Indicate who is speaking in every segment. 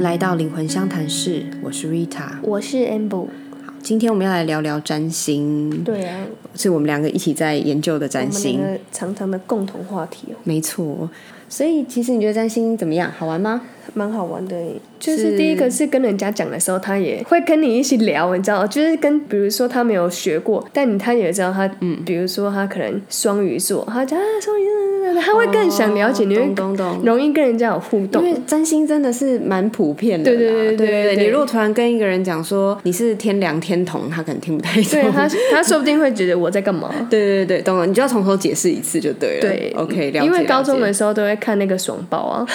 Speaker 1: 来到灵魂相谈室，我是 Rita。
Speaker 2: 我是 Amber。
Speaker 1: 好，今天我们要来聊聊占星，
Speaker 2: 对啊，
Speaker 1: 是我们两个一起在研究的占
Speaker 2: 我
Speaker 1: 星。
Speaker 2: 们两个常常的共同话题哦，
Speaker 1: 没错，所以其实你觉得占星怎么样？好玩吗？
Speaker 2: 蛮好玩的耶。就是是第一个是跟人家讲的时候，他也会跟你一起聊，你知道，就是跟比如说他没有学过，但你他也知道他，嗯，比如说他可能双鱼座，他讲啊双鱼座，他会更想了解，
Speaker 1: 哦
Speaker 2: 你
Speaker 1: 懂
Speaker 2: 会
Speaker 1: 懂懂。
Speaker 2: 容易跟人家有互
Speaker 1: 因
Speaker 2: 动。
Speaker 1: 为占星真的是蛮普遍的啦，
Speaker 2: 对对对
Speaker 1: 对
Speaker 2: 对
Speaker 1: 你
Speaker 2: 对
Speaker 1: 如果突然跟一个人讲说你是天梁天同，他可能听不太懂。
Speaker 2: 对他，他说不定会觉得我在干嘛。
Speaker 1: 对对对，懂了，你就要从头解释一次就 对了。
Speaker 2: 对
Speaker 1: ，OK，了解。
Speaker 2: 因为高中
Speaker 1: 了解
Speaker 2: 的时候都会看那个爽报啊，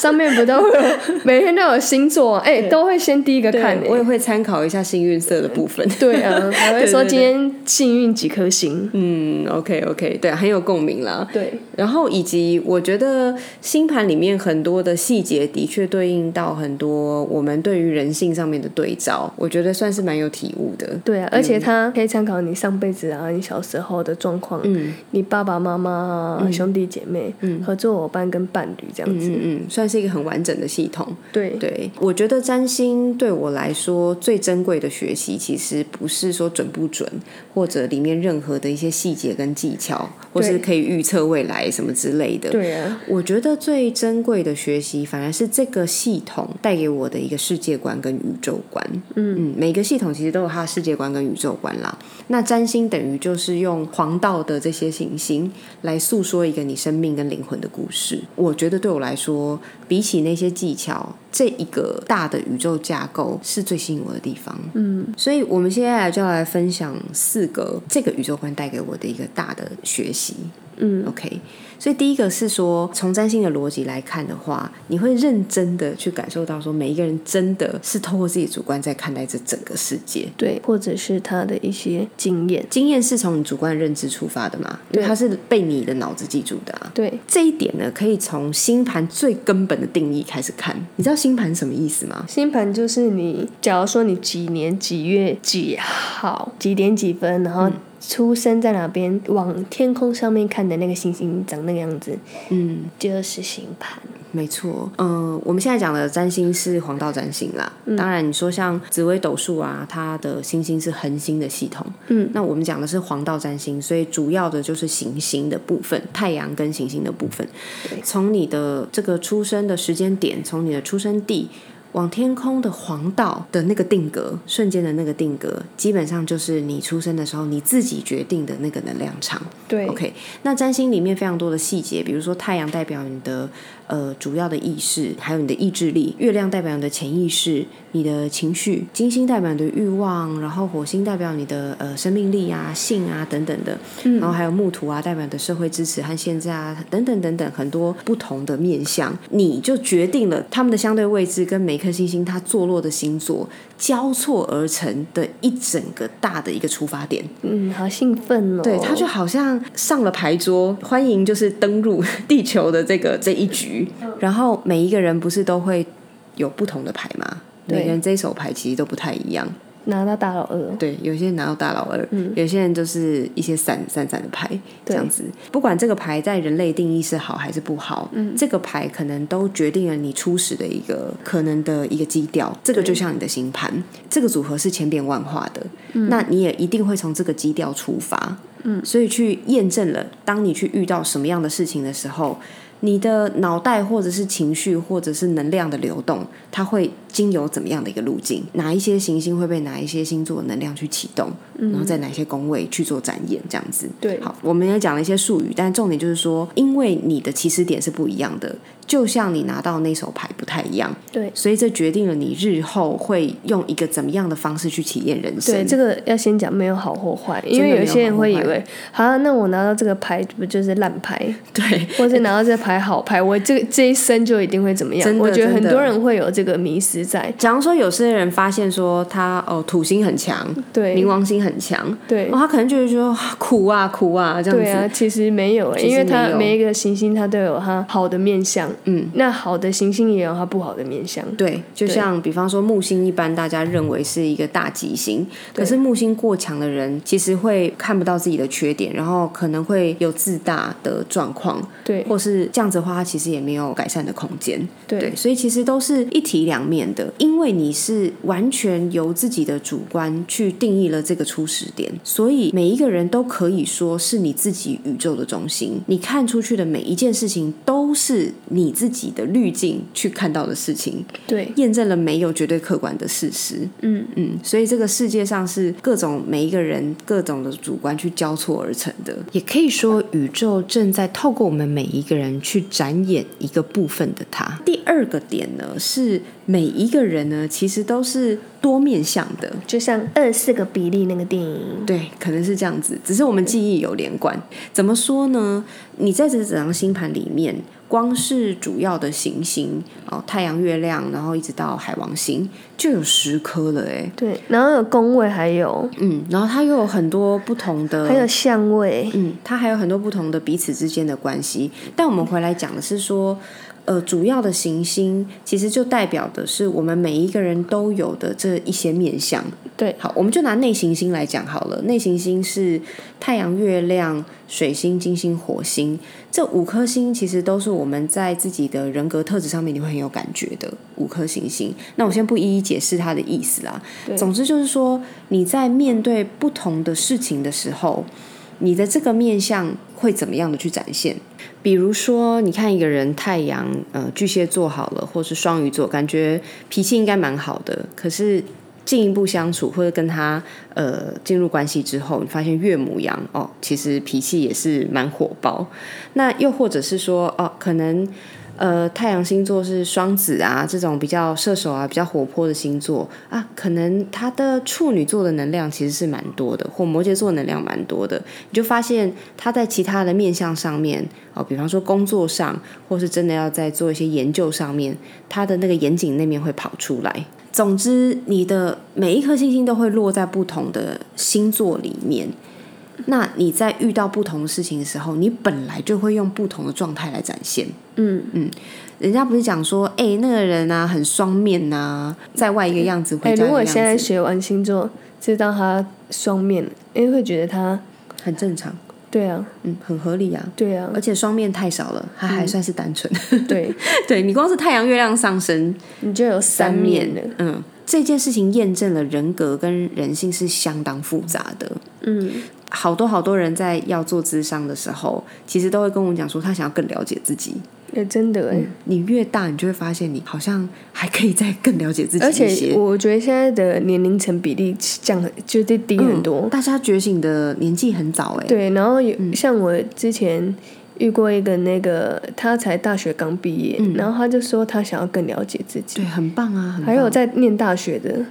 Speaker 2: 上面不 都会有每天都有星座、啊，哎、都会先第一个
Speaker 1: 对
Speaker 2: 看、欸。
Speaker 1: 我也会参考一下幸运色的部分。
Speaker 2: 对啊，还会说
Speaker 1: 对对对
Speaker 2: 今天幸运几颗星。
Speaker 1: 嗯，OK OK，对，很有共鸣啦。
Speaker 2: 对，
Speaker 1: 然后以及我觉得星盘里面很多的细节的确对应到很多我们对于人性上面的对照，我觉得算是蛮有体悟的。
Speaker 2: 对啊，而且它可以参考你上辈子啊，你小时候的状况，
Speaker 1: 嗯
Speaker 2: 你爸爸妈妈啊、兄弟姐妹、合作伙伴跟伴侣这样子。
Speaker 1: 嗯嗯，算是一个很完整的系统。
Speaker 2: 对，
Speaker 1: 对，我觉得占星对我来说最珍贵的学习，其实不是说准不准，或者里面任何的一些细节跟技巧，或是
Speaker 2: 对
Speaker 1: 可以预测未来什么之类的。
Speaker 2: 对啊，
Speaker 1: 我觉得最珍贵的学习，反而是这个系统带给我的一个世界观跟宇宙观。嗯每个系统其实都有它的世界观跟宇宙观啦。那占星等于就是用黄道的这些行星来诉说一个你生命跟灵魂的故事。我觉得对我来说，比起那些技巧，这一个大的宇宙架构是最吸引我的地方。嗯，所以我们现在来就要来分享四个这个宇宙观带给我的一个大的学习。
Speaker 2: 嗯
Speaker 1: OK，所以第一个是说，从占星的逻辑来看的话，你会认真的去感受到，说每一个人真的是透过自己主观在看待这整个世界。
Speaker 2: 对，或者是他的一些经验。
Speaker 1: 经验是从你主观的认知出发的嘛，因为
Speaker 2: 对
Speaker 1: 它是被你的脑子记住的啊。
Speaker 2: 对，
Speaker 1: 这一点呢，可以从星盘最根本的定义开始看。你知道星盘什么意思吗？
Speaker 2: 星盘就是你，假如说你几年几月几号几点几分，然后出生在哪边，往天空上面看的那个星星长那个样子，
Speaker 1: 嗯，
Speaker 2: 就是星盘。
Speaker 1: 没错，嗯、我们现在讲的占星是黄道占星啦。当然，你说像紫微斗数啊，它的星星是恒星的系统。
Speaker 2: 嗯，
Speaker 1: 那我们讲的是黄道占星，所以主要的就是行星的部分，太阳跟行星的部分。从你的这个出生的时间点，从你的出生地。往天空的黄道的那个定格，瞬间的那个定格，基本上就是你出生的时候你自己决定的那个能量场。
Speaker 2: 对
Speaker 1: OK，那占星里面非常多的细节，比如说太阳代表你的呃主要的意识，还有你的意志力；月亮代表你的潜意识、你的情绪；金星代表你的欲望，然后火星代表你的呃生命力啊、性啊等等的，然后还有木土啊代表你的社会支持和现在啊等等等等很多不同的面相，你就决定了它们的相对位置跟每颗星星它坐落的星座交错而成的一整个大的一个出发点。
Speaker 2: 嗯，好兴奋哦！
Speaker 1: 对，它就好像上了牌桌，欢迎就是登入 地球的这个这一局。
Speaker 2: 嗯
Speaker 1: 然后每一个人不是都会有不同的牌吗？
Speaker 2: 对
Speaker 1: 每个人这一手牌其实都不太一样。
Speaker 2: 拿到大老二。
Speaker 1: 对，有些人拿到大老二，有些人就是一些散散散的牌这
Speaker 2: 嗯对
Speaker 1: 样子。不管这个牌在人类定义是好还是不好，
Speaker 2: 嗯
Speaker 1: 这个牌可能都决定了你初始的一个可能的一个基调。这个就像你的星盘，这个组合是千变万化的，
Speaker 2: 嗯
Speaker 1: 那你也一定会从这个基调出发。嗯，所以去验证了，当你去遇到什么样的事情的时候。你的脑袋或者是情绪或者是能量的流动，它会经由怎么样的一个路径？哪一些行星会被哪一些星座的能量去启动，然后在哪些宫位去做展演？这样子。
Speaker 2: 嗯对
Speaker 1: 好，我们也讲了一些术语，但重点就是说，因为你的起始点是不一样的，就像你拿到那手牌不太一样，
Speaker 2: 对
Speaker 1: 所以这决定了你日后会用一个怎么样的方式去体验人生。
Speaker 2: 对，这个要先讲，没有好或坏，
Speaker 1: 真
Speaker 2: 因
Speaker 1: 的
Speaker 2: 为
Speaker 1: 没有
Speaker 2: 有些人会以
Speaker 1: 好或
Speaker 2: 为，啊，那我拿到这个牌不就是烂牌，
Speaker 1: 对
Speaker 2: 或者拿到这牌好牌，我这这一生就一定会怎么
Speaker 1: 真
Speaker 2: 样？
Speaker 1: 的
Speaker 2: 我觉得
Speaker 1: 真
Speaker 2: 很
Speaker 1: 的
Speaker 2: 多人会有这个迷失在。
Speaker 1: 假如说有些人发现说他哦土星很强，
Speaker 2: 对
Speaker 1: 冥王星很强，
Speaker 2: 对
Speaker 1: 哦，他可能就会说啊苦啊苦啊这样子。
Speaker 2: 对啊，其实没有欸，
Speaker 1: 其实
Speaker 2: 因为它
Speaker 1: 没有
Speaker 2: 每一个行星它都有它好的面相，
Speaker 1: 嗯，
Speaker 2: 那好的行星也有它不好的面相。
Speaker 1: 对，就
Speaker 2: 对
Speaker 1: 像比方说木星，一般大家认为是一个大吉星，可
Speaker 2: 对
Speaker 1: 是木星过强的人，其实会看不到自己的缺点，然后可能会有自大的状况，
Speaker 2: 对
Speaker 1: 或是这样子的话，它其实也没有改善的空间。
Speaker 2: 对
Speaker 1: 对，所以其实都是一体两面的，因为你是完全由自己的主观去定义了这个初始点，所以每一个人都可以说是你自己宇宙的中心。你看出去的每一件事情，都是你自己的滤镜去看到的事情，
Speaker 2: 对，
Speaker 1: 验证了没有绝对客观的事实。
Speaker 2: 嗯，
Speaker 1: 嗯，所以这个世界上是各种每一个人各种的主观去交错而成的，也可以说宇宙正在透过我们每一个人去展演一个部分的他。第二个点呢是每一个人呢其实都是多面向的，
Speaker 2: 就像二十四个比例那个电影，
Speaker 1: 对，可能是这样子，只是我们记忆有连贯。怎么说呢？你在这整张星盘里面，光是主要的行星哦，太阳、月亮，然后一直到海王星，就有十颗了哎。
Speaker 2: 对，然后有宫位，还有
Speaker 1: 嗯，然后它又有很多不同的，
Speaker 2: 还有相位，
Speaker 1: 嗯，它还有很多不同的彼此之间的关系。但我们回来讲的是说，呃，主要的行星其实就代表的是我们每一个人都有的这一些面相。
Speaker 2: 对，
Speaker 1: 好，我们就拿内行星来讲好了。内行星是太阳、月亮、水星、金星、火星这五颗星，其实都是我们在自己的人格特质上面你会很有感觉的五颗行星。那我先不一一解释它的意思啦。
Speaker 2: 对
Speaker 1: 总之就是说，你在面对不同的事情的时候，你的这个面相会怎么样的去展现？比如说，你看一个人太阳，呃，巨蟹座好了，或是双鱼座，感觉脾气应该蛮好的，可是进一步相处或者跟他呃进入关系之后，你发现岳母羊哦，其实脾气也是蛮火爆。那又或者是说哦，可能呃太阳星座是双子啊这种比较射手啊比较活泼的星座啊，可能他的处女座的能量其实是蛮多的，或摩羯座能量蛮多的。你就发现他在其他的面向上面哦，比方说工作上，或是真的要在做一些研究上面，他的那个严谨那面会跑出来。总之，你的每一颗星星都会落在不同的星座里面。那你在遇到不同的事情的时候，你本来就会用不同的状态来展现。
Speaker 2: 嗯
Speaker 1: 嗯，人家不是讲说，哎、那个人啊，很双面呐、在外一个样子，
Speaker 2: 哎、
Speaker 1: 回家
Speaker 2: 如
Speaker 1: 一
Speaker 2: 果
Speaker 1: 个
Speaker 2: 现在
Speaker 1: 样子，
Speaker 2: 学完星座，知道他双面，因为会觉得他，
Speaker 1: 很正常，
Speaker 2: 对啊，
Speaker 1: 嗯，很合理啊。
Speaker 2: 对啊，
Speaker 1: 而且双面太少了，他
Speaker 2: 嗯
Speaker 1: 还算是单纯。
Speaker 2: 对，
Speaker 1: 对你光是太阳、月亮上升
Speaker 2: 你就有三面了，，
Speaker 1: 嗯，这件事情验证了人格跟人性是相当复杂的。
Speaker 2: 嗯，
Speaker 1: 好多好多人在要做智商的时候，其实都会跟我讲说，他想要更了解自己。
Speaker 2: 也真的哎、
Speaker 1: 你越大，你就会发现你好像还可以再更了解自己
Speaker 2: 而
Speaker 1: 一
Speaker 2: 且
Speaker 1: 些。
Speaker 2: 我觉得现在的年龄层比例降很，就是低很多。
Speaker 1: 嗯大家觉醒的年纪很早哎、
Speaker 2: 对，然后有、像我之前遇过一个那个，他才大学刚毕业，然后他就说他想要更了解自
Speaker 1: 嗯
Speaker 2: 己。
Speaker 1: 对，很棒啊，很棒嗯
Speaker 2: 还有在念大学的，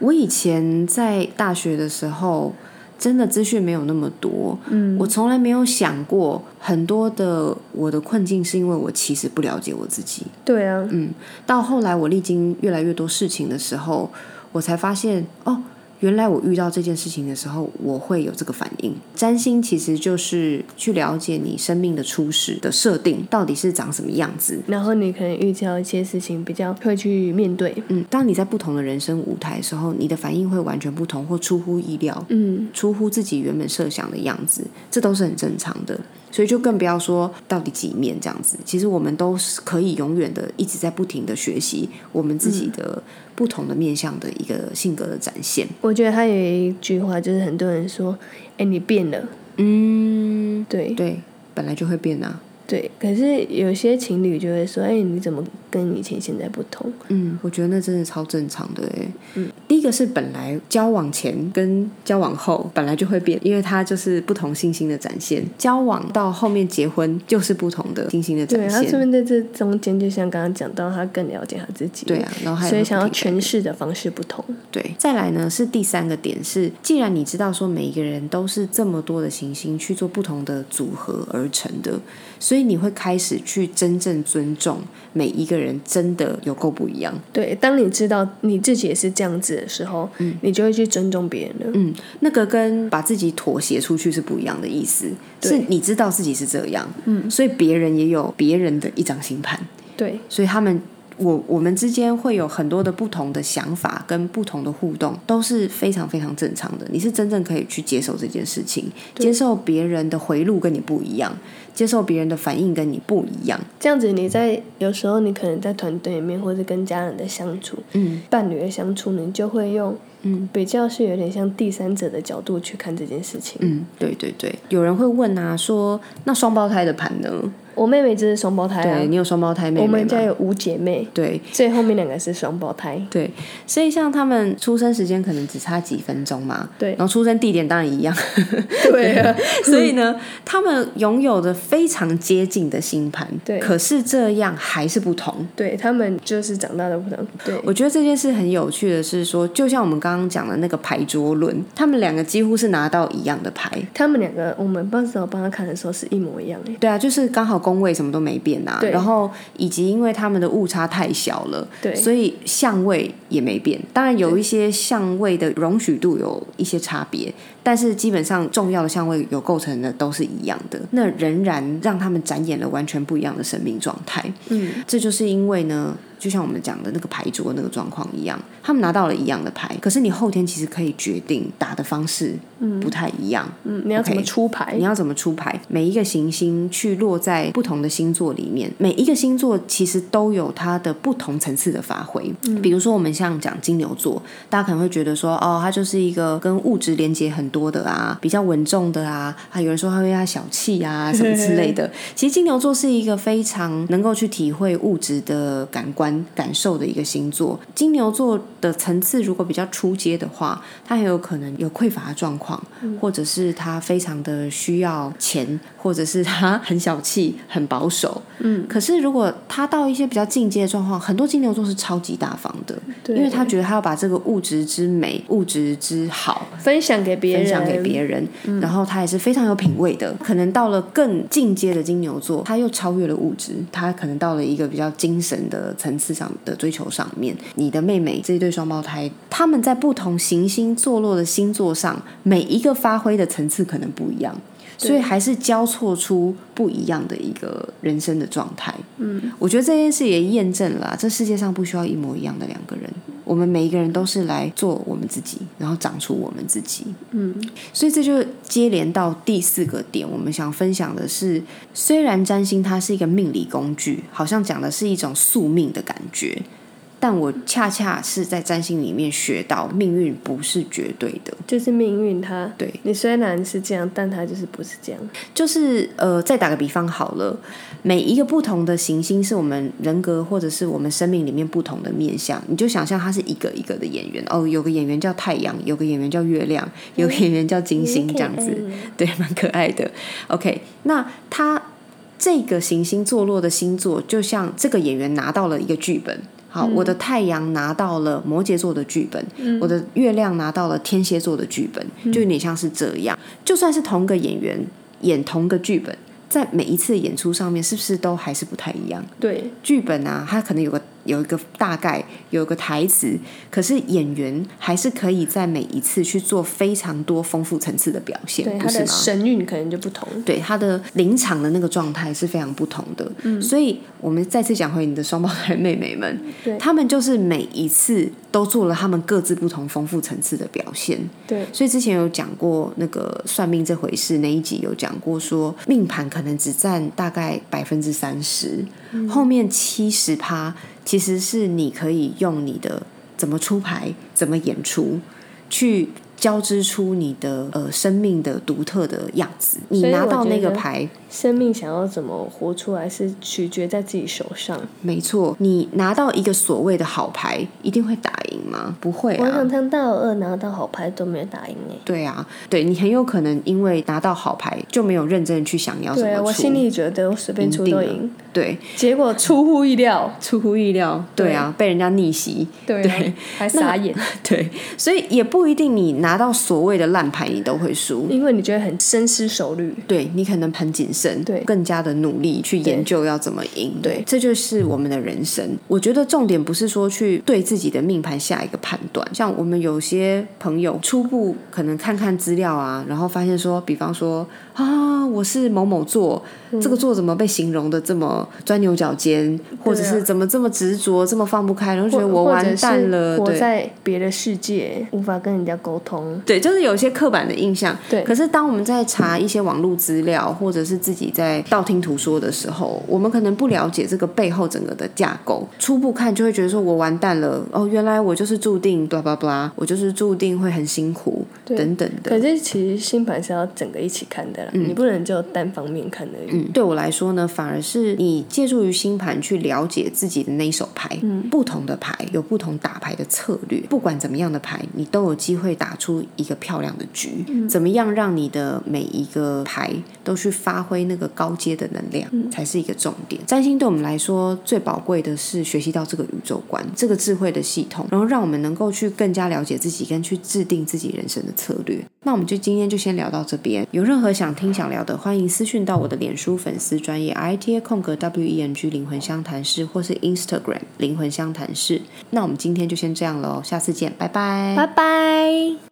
Speaker 1: 我以前在大学的时候，真的资讯没有那么多，嗯，我从来没有想过很多的我的困境是因为我其实不了解我自己。
Speaker 2: 对啊，
Speaker 1: 嗯到后来我历经越来越多事情的时候，我才发现哦，原来我遇到这件事情的时候，我会有这个反应。占星其实就是去了解你生命的初始的设定到底是长什么样子，
Speaker 2: 然后你可能遇到一些事情，比较会去面对。
Speaker 1: 嗯，当你在不同的人生舞台的时候，你的反应会完全不同，或出乎意料，
Speaker 2: 嗯，
Speaker 1: 出乎自己原本设想的样子，这都是很正常的。所以就更不要说到底几面这样子。其实我们都是可以永远的一直在不停的学习我们自己的不同的面向的一个性格的展现。
Speaker 2: 我觉得他有一句话，就是很多人说：“哎，你变了。
Speaker 1: 嗯，
Speaker 2: 对”
Speaker 1: 对，本来就会变啊。
Speaker 2: 对可是有些情侣就会说：“哎，你怎么跟以前现在不同
Speaker 1: 嗯，我觉得那真的超正常的哎。嗯，第一个是本来交往前跟交往后本来就会变，因为它就是不同星星的展现。交往到后面结婚就是不同的星星的？”
Speaker 2: 对，
Speaker 1: 展
Speaker 2: 他
Speaker 1: 现。
Speaker 2: 说明在这中间，就像刚刚讲到，他更了解他自己。
Speaker 1: 对啊，然后还有
Speaker 2: 所以
Speaker 1: 不
Speaker 2: 想要
Speaker 1: 停地
Speaker 2: 诠释的方式不同。
Speaker 1: 对，再来呢是第三个点是，既然你知道说每一个人都是这么多的行星去做不同的组合而成的，所以你会开始去真正尊重每一个人，真的有够不一样。
Speaker 2: 对，当你知道你自己也是这样子的时候，你就会去尊重别人了。
Speaker 1: 嗯，那个跟把自己妥协出去是不一样的意思，
Speaker 2: 对
Speaker 1: 是你知道自己是这样，嗯，所以别人也有别人的一张星盘，
Speaker 2: 对
Speaker 1: 所以他们我我们之间会有很多的不同的想法跟不同的互动，都是非常非常正常的。你是真正可以去接受这件事情，接受别人的回路跟你不一样，接受别人的反应跟你不一样。嗯
Speaker 2: 这样子你在有时候你可能在团队里面，或是跟家人的相处、
Speaker 1: 嗯
Speaker 2: 伴侣的相处，你就会用
Speaker 1: 嗯
Speaker 2: 比较是有点像第三者的角度去看这件事情。
Speaker 1: 嗯，对对对。有人会问啊，说那双胞胎的盘呢？
Speaker 2: 我妹妹就是双胞胎啊
Speaker 1: 对，你有双胞胎妹妹吗？
Speaker 2: 我们家有五姐妹，
Speaker 1: 对，
Speaker 2: 最后面两个是双胞胎。
Speaker 1: 对，所以像他们出生时间可能只差几分钟嘛，
Speaker 2: 对
Speaker 1: 然后出生地点当然一样，
Speaker 2: 对 啊，
Speaker 1: 所以呢，他们拥有着非常接近的星盘，
Speaker 2: 对
Speaker 1: 可是这样还是不同。
Speaker 2: 对他们就是长大的不同。对，
Speaker 1: 我觉得这件事很有趣的是说，就像我们刚刚讲的那个牌桌论，他们两个几乎是拿到一样的牌。
Speaker 2: 他们两个，我们当时我帮他看的时候是一模一样诶。欸
Speaker 1: 对啊，就是刚好宫位什么都没变啊，
Speaker 2: 对
Speaker 1: 然后以及因为他们的误差太小了，
Speaker 2: 对
Speaker 1: 所以相位也没变。当然有一些相位的容许度有一些差别，但是基本上重要的相位有构成的都是一样的，那仍然让他们展演了完全不一样的生命状态。
Speaker 2: 嗯，
Speaker 1: 这就是因为呢，就像我们讲的那个牌桌那个状况一样，他们拿到了一样的牌，可是你后天其实可以决定打的方式不太一样，
Speaker 2: 嗯，你要怎么
Speaker 1: OK
Speaker 2: 出牌
Speaker 1: 你？要怎么出牌？每一个行星去落在不同的星座里面，每一个星座其实都有它的不同层次的发挥。比如说，我们像讲金牛座，大家可能会觉得说，哦，它就是一个跟物质连接很多的啊，比较稳重的啊，啊，有人说他会他小气啊，什么之类
Speaker 2: 嗯
Speaker 1: 的。其实金牛座是一个非常能够去体会物质的感官感受的一个星座。金牛座的层次如果比较出阶的话，它很有可能有匮乏的状况，
Speaker 2: 嗯
Speaker 1: 或者是他非常的需要钱，或者是他很小气、很保守。
Speaker 2: 嗯，
Speaker 1: 可是如果他到一些比较进阶的状况，很多金牛座是超级大方的，
Speaker 2: 对，
Speaker 1: 因为他觉得他要把这个物质之美、物质之好
Speaker 2: 分享给别人，
Speaker 1: 分享给别人，嗯然后他也是非常有品味的。可能到了更进阶的金牛座，他又超越了物质，他可能到了一个比较精神的层次上的追求上面。你的妹妹这一对双胞胎，他们在不同行星坐落的星座上，每一个发挥的层次可能不一样。所以还是交错出不一样的一个人生的状态。嗯，我觉得这件事也验证了啊、这世界上不需要一模一样的两个人，我们每一个人都是来做我们自己，然后长出我们自己。所以这就接连到第四个点，我们想分享的是，虽然占星它是一个命理工具，好像讲的是一种宿命的感觉，但我恰恰是在占星里面学到命运不是绝对的。
Speaker 2: 就是命运它。
Speaker 1: 对，
Speaker 2: 你虽然是这样，但它就是不是这样。
Speaker 1: 就是呃，再打个比方好了，每一个不同的行星是我们人格或者是我们生命里面不同的面相，你就想象它是一个一个的演员哦，有个演员叫太阳，有个演员叫月亮，有个演员叫金星，这样子。
Speaker 2: 嗯
Speaker 1: 对，蛮可爱的。OK，那他这个行星坐落的星座，就像这个演员拿到了一个剧本。好，
Speaker 2: 嗯
Speaker 1: 我的太阳拿到了摩羯座的剧本，我的月亮拿到了天蝎座的剧本，
Speaker 2: 嗯
Speaker 1: 就有点像是这样。就算是同个演员演同个剧本，在每一次的演出上面，是不是都还是不太一样？
Speaker 2: 对，
Speaker 1: 剧本啊，它可能有个有一个大概，有一个台词，可是演员还是可以在每一次去做非常多丰富层次的表现，
Speaker 2: 对，
Speaker 1: 不
Speaker 2: 它
Speaker 1: 是
Speaker 2: 的
Speaker 1: 吗？
Speaker 2: 神韵可能就不同。
Speaker 1: 对他的临场的那个状态是非常不同的，所以我们再次讲回你的双胞胎妹妹们，
Speaker 2: 对
Speaker 1: 他们就是每一次都做了他们各自不同丰富层次的表现，
Speaker 2: 对，
Speaker 1: 所以之前有讲过那个算命这回事那一集有讲过说，命盘可能只占大概百分之三十，
Speaker 2: 嗯
Speaker 1: 后面七十趴其实是你可以用你的怎么出牌、怎么演出去。交织出你的呃生命的独特的样子，你
Speaker 2: 所以
Speaker 1: 拿
Speaker 2: 我
Speaker 1: 到那
Speaker 2: 觉
Speaker 1: 个
Speaker 2: 得
Speaker 1: 牌，
Speaker 2: 生命想要怎么活出来，是取决在自己手上。
Speaker 1: 没错，你拿到一个所谓的好牌，一定会打赢吗？不会啊。
Speaker 2: 我想当大老二拿到好牌都没有打赢哎。
Speaker 1: 对啊，对你很有可能因为拿到好牌就没有认真地去想要怎哦么
Speaker 2: 对，啊
Speaker 1: 出。
Speaker 2: 我心里觉得我随便出都
Speaker 1: 赢定啊
Speaker 2: 赢，
Speaker 1: 对，
Speaker 2: 结果出乎意料，
Speaker 1: 出乎意料，对啊，被人家逆袭，
Speaker 2: 对啊，还傻眼，
Speaker 1: 对，所以也不一定你拿到所谓的烂牌你都会输，
Speaker 2: 因为你觉得很深思熟虑。
Speaker 1: 对你可能很谨慎，
Speaker 2: 对
Speaker 1: 更加的努力去研究要怎么赢，对，这就是我们的人生。我觉得重点不是说去对自己的命盘下一个判断，像我们有些朋友初步可能看看资料啊，然后发现说，比方说，啊，我是某某座，
Speaker 2: 嗯
Speaker 1: 这个座怎么被形容的这么钻牛角尖，或者
Speaker 2: 啊
Speaker 1: 是怎么这么执着，这么放不开，然后觉得我
Speaker 2: 或者
Speaker 1: 完
Speaker 2: 是
Speaker 1: 蛋了，
Speaker 2: 活
Speaker 1: 对。
Speaker 2: 在别的世界，无法跟人家沟通。
Speaker 1: 对，就是有一些刻板的印象。
Speaker 2: 对
Speaker 1: 可是当我们在查一些网络资料，或者是自己在道听途说的时候，我们可能不了解这个背后整个的架构。初步看就会觉得说我完蛋了，哦，原来我就是注定，blah blah blah，我就是注定会很辛苦，
Speaker 2: 对
Speaker 1: 等等的。
Speaker 2: 可是其实星盘是要整个一起看的啦，你不能就单方面看而已。
Speaker 1: 嗯，对我来说呢，反而是你借助于星盘去了解自己的那一手牌，嗯，不同的牌有不同打牌的策略，不管怎么样的牌，你都有机会打出一个漂亮的局。怎么样让你的每一个牌都去发挥那个高阶的能量，才是一个重点。占星对我们来说最宝贵的是学习到这个宇宙观，这个智慧的系统，然后让我们能够去更加了解自己，跟去制定自己人生的策略。那我们就今天就先聊到这边。有任何想听、想聊的，欢迎私讯到我的脸书粉丝专业 I T A 空格 W E N G 灵魂相谈室，或是 Instagram 灵魂相谈室。那我们今天就先这样喽，下次见，拜拜
Speaker 2: 拜拜。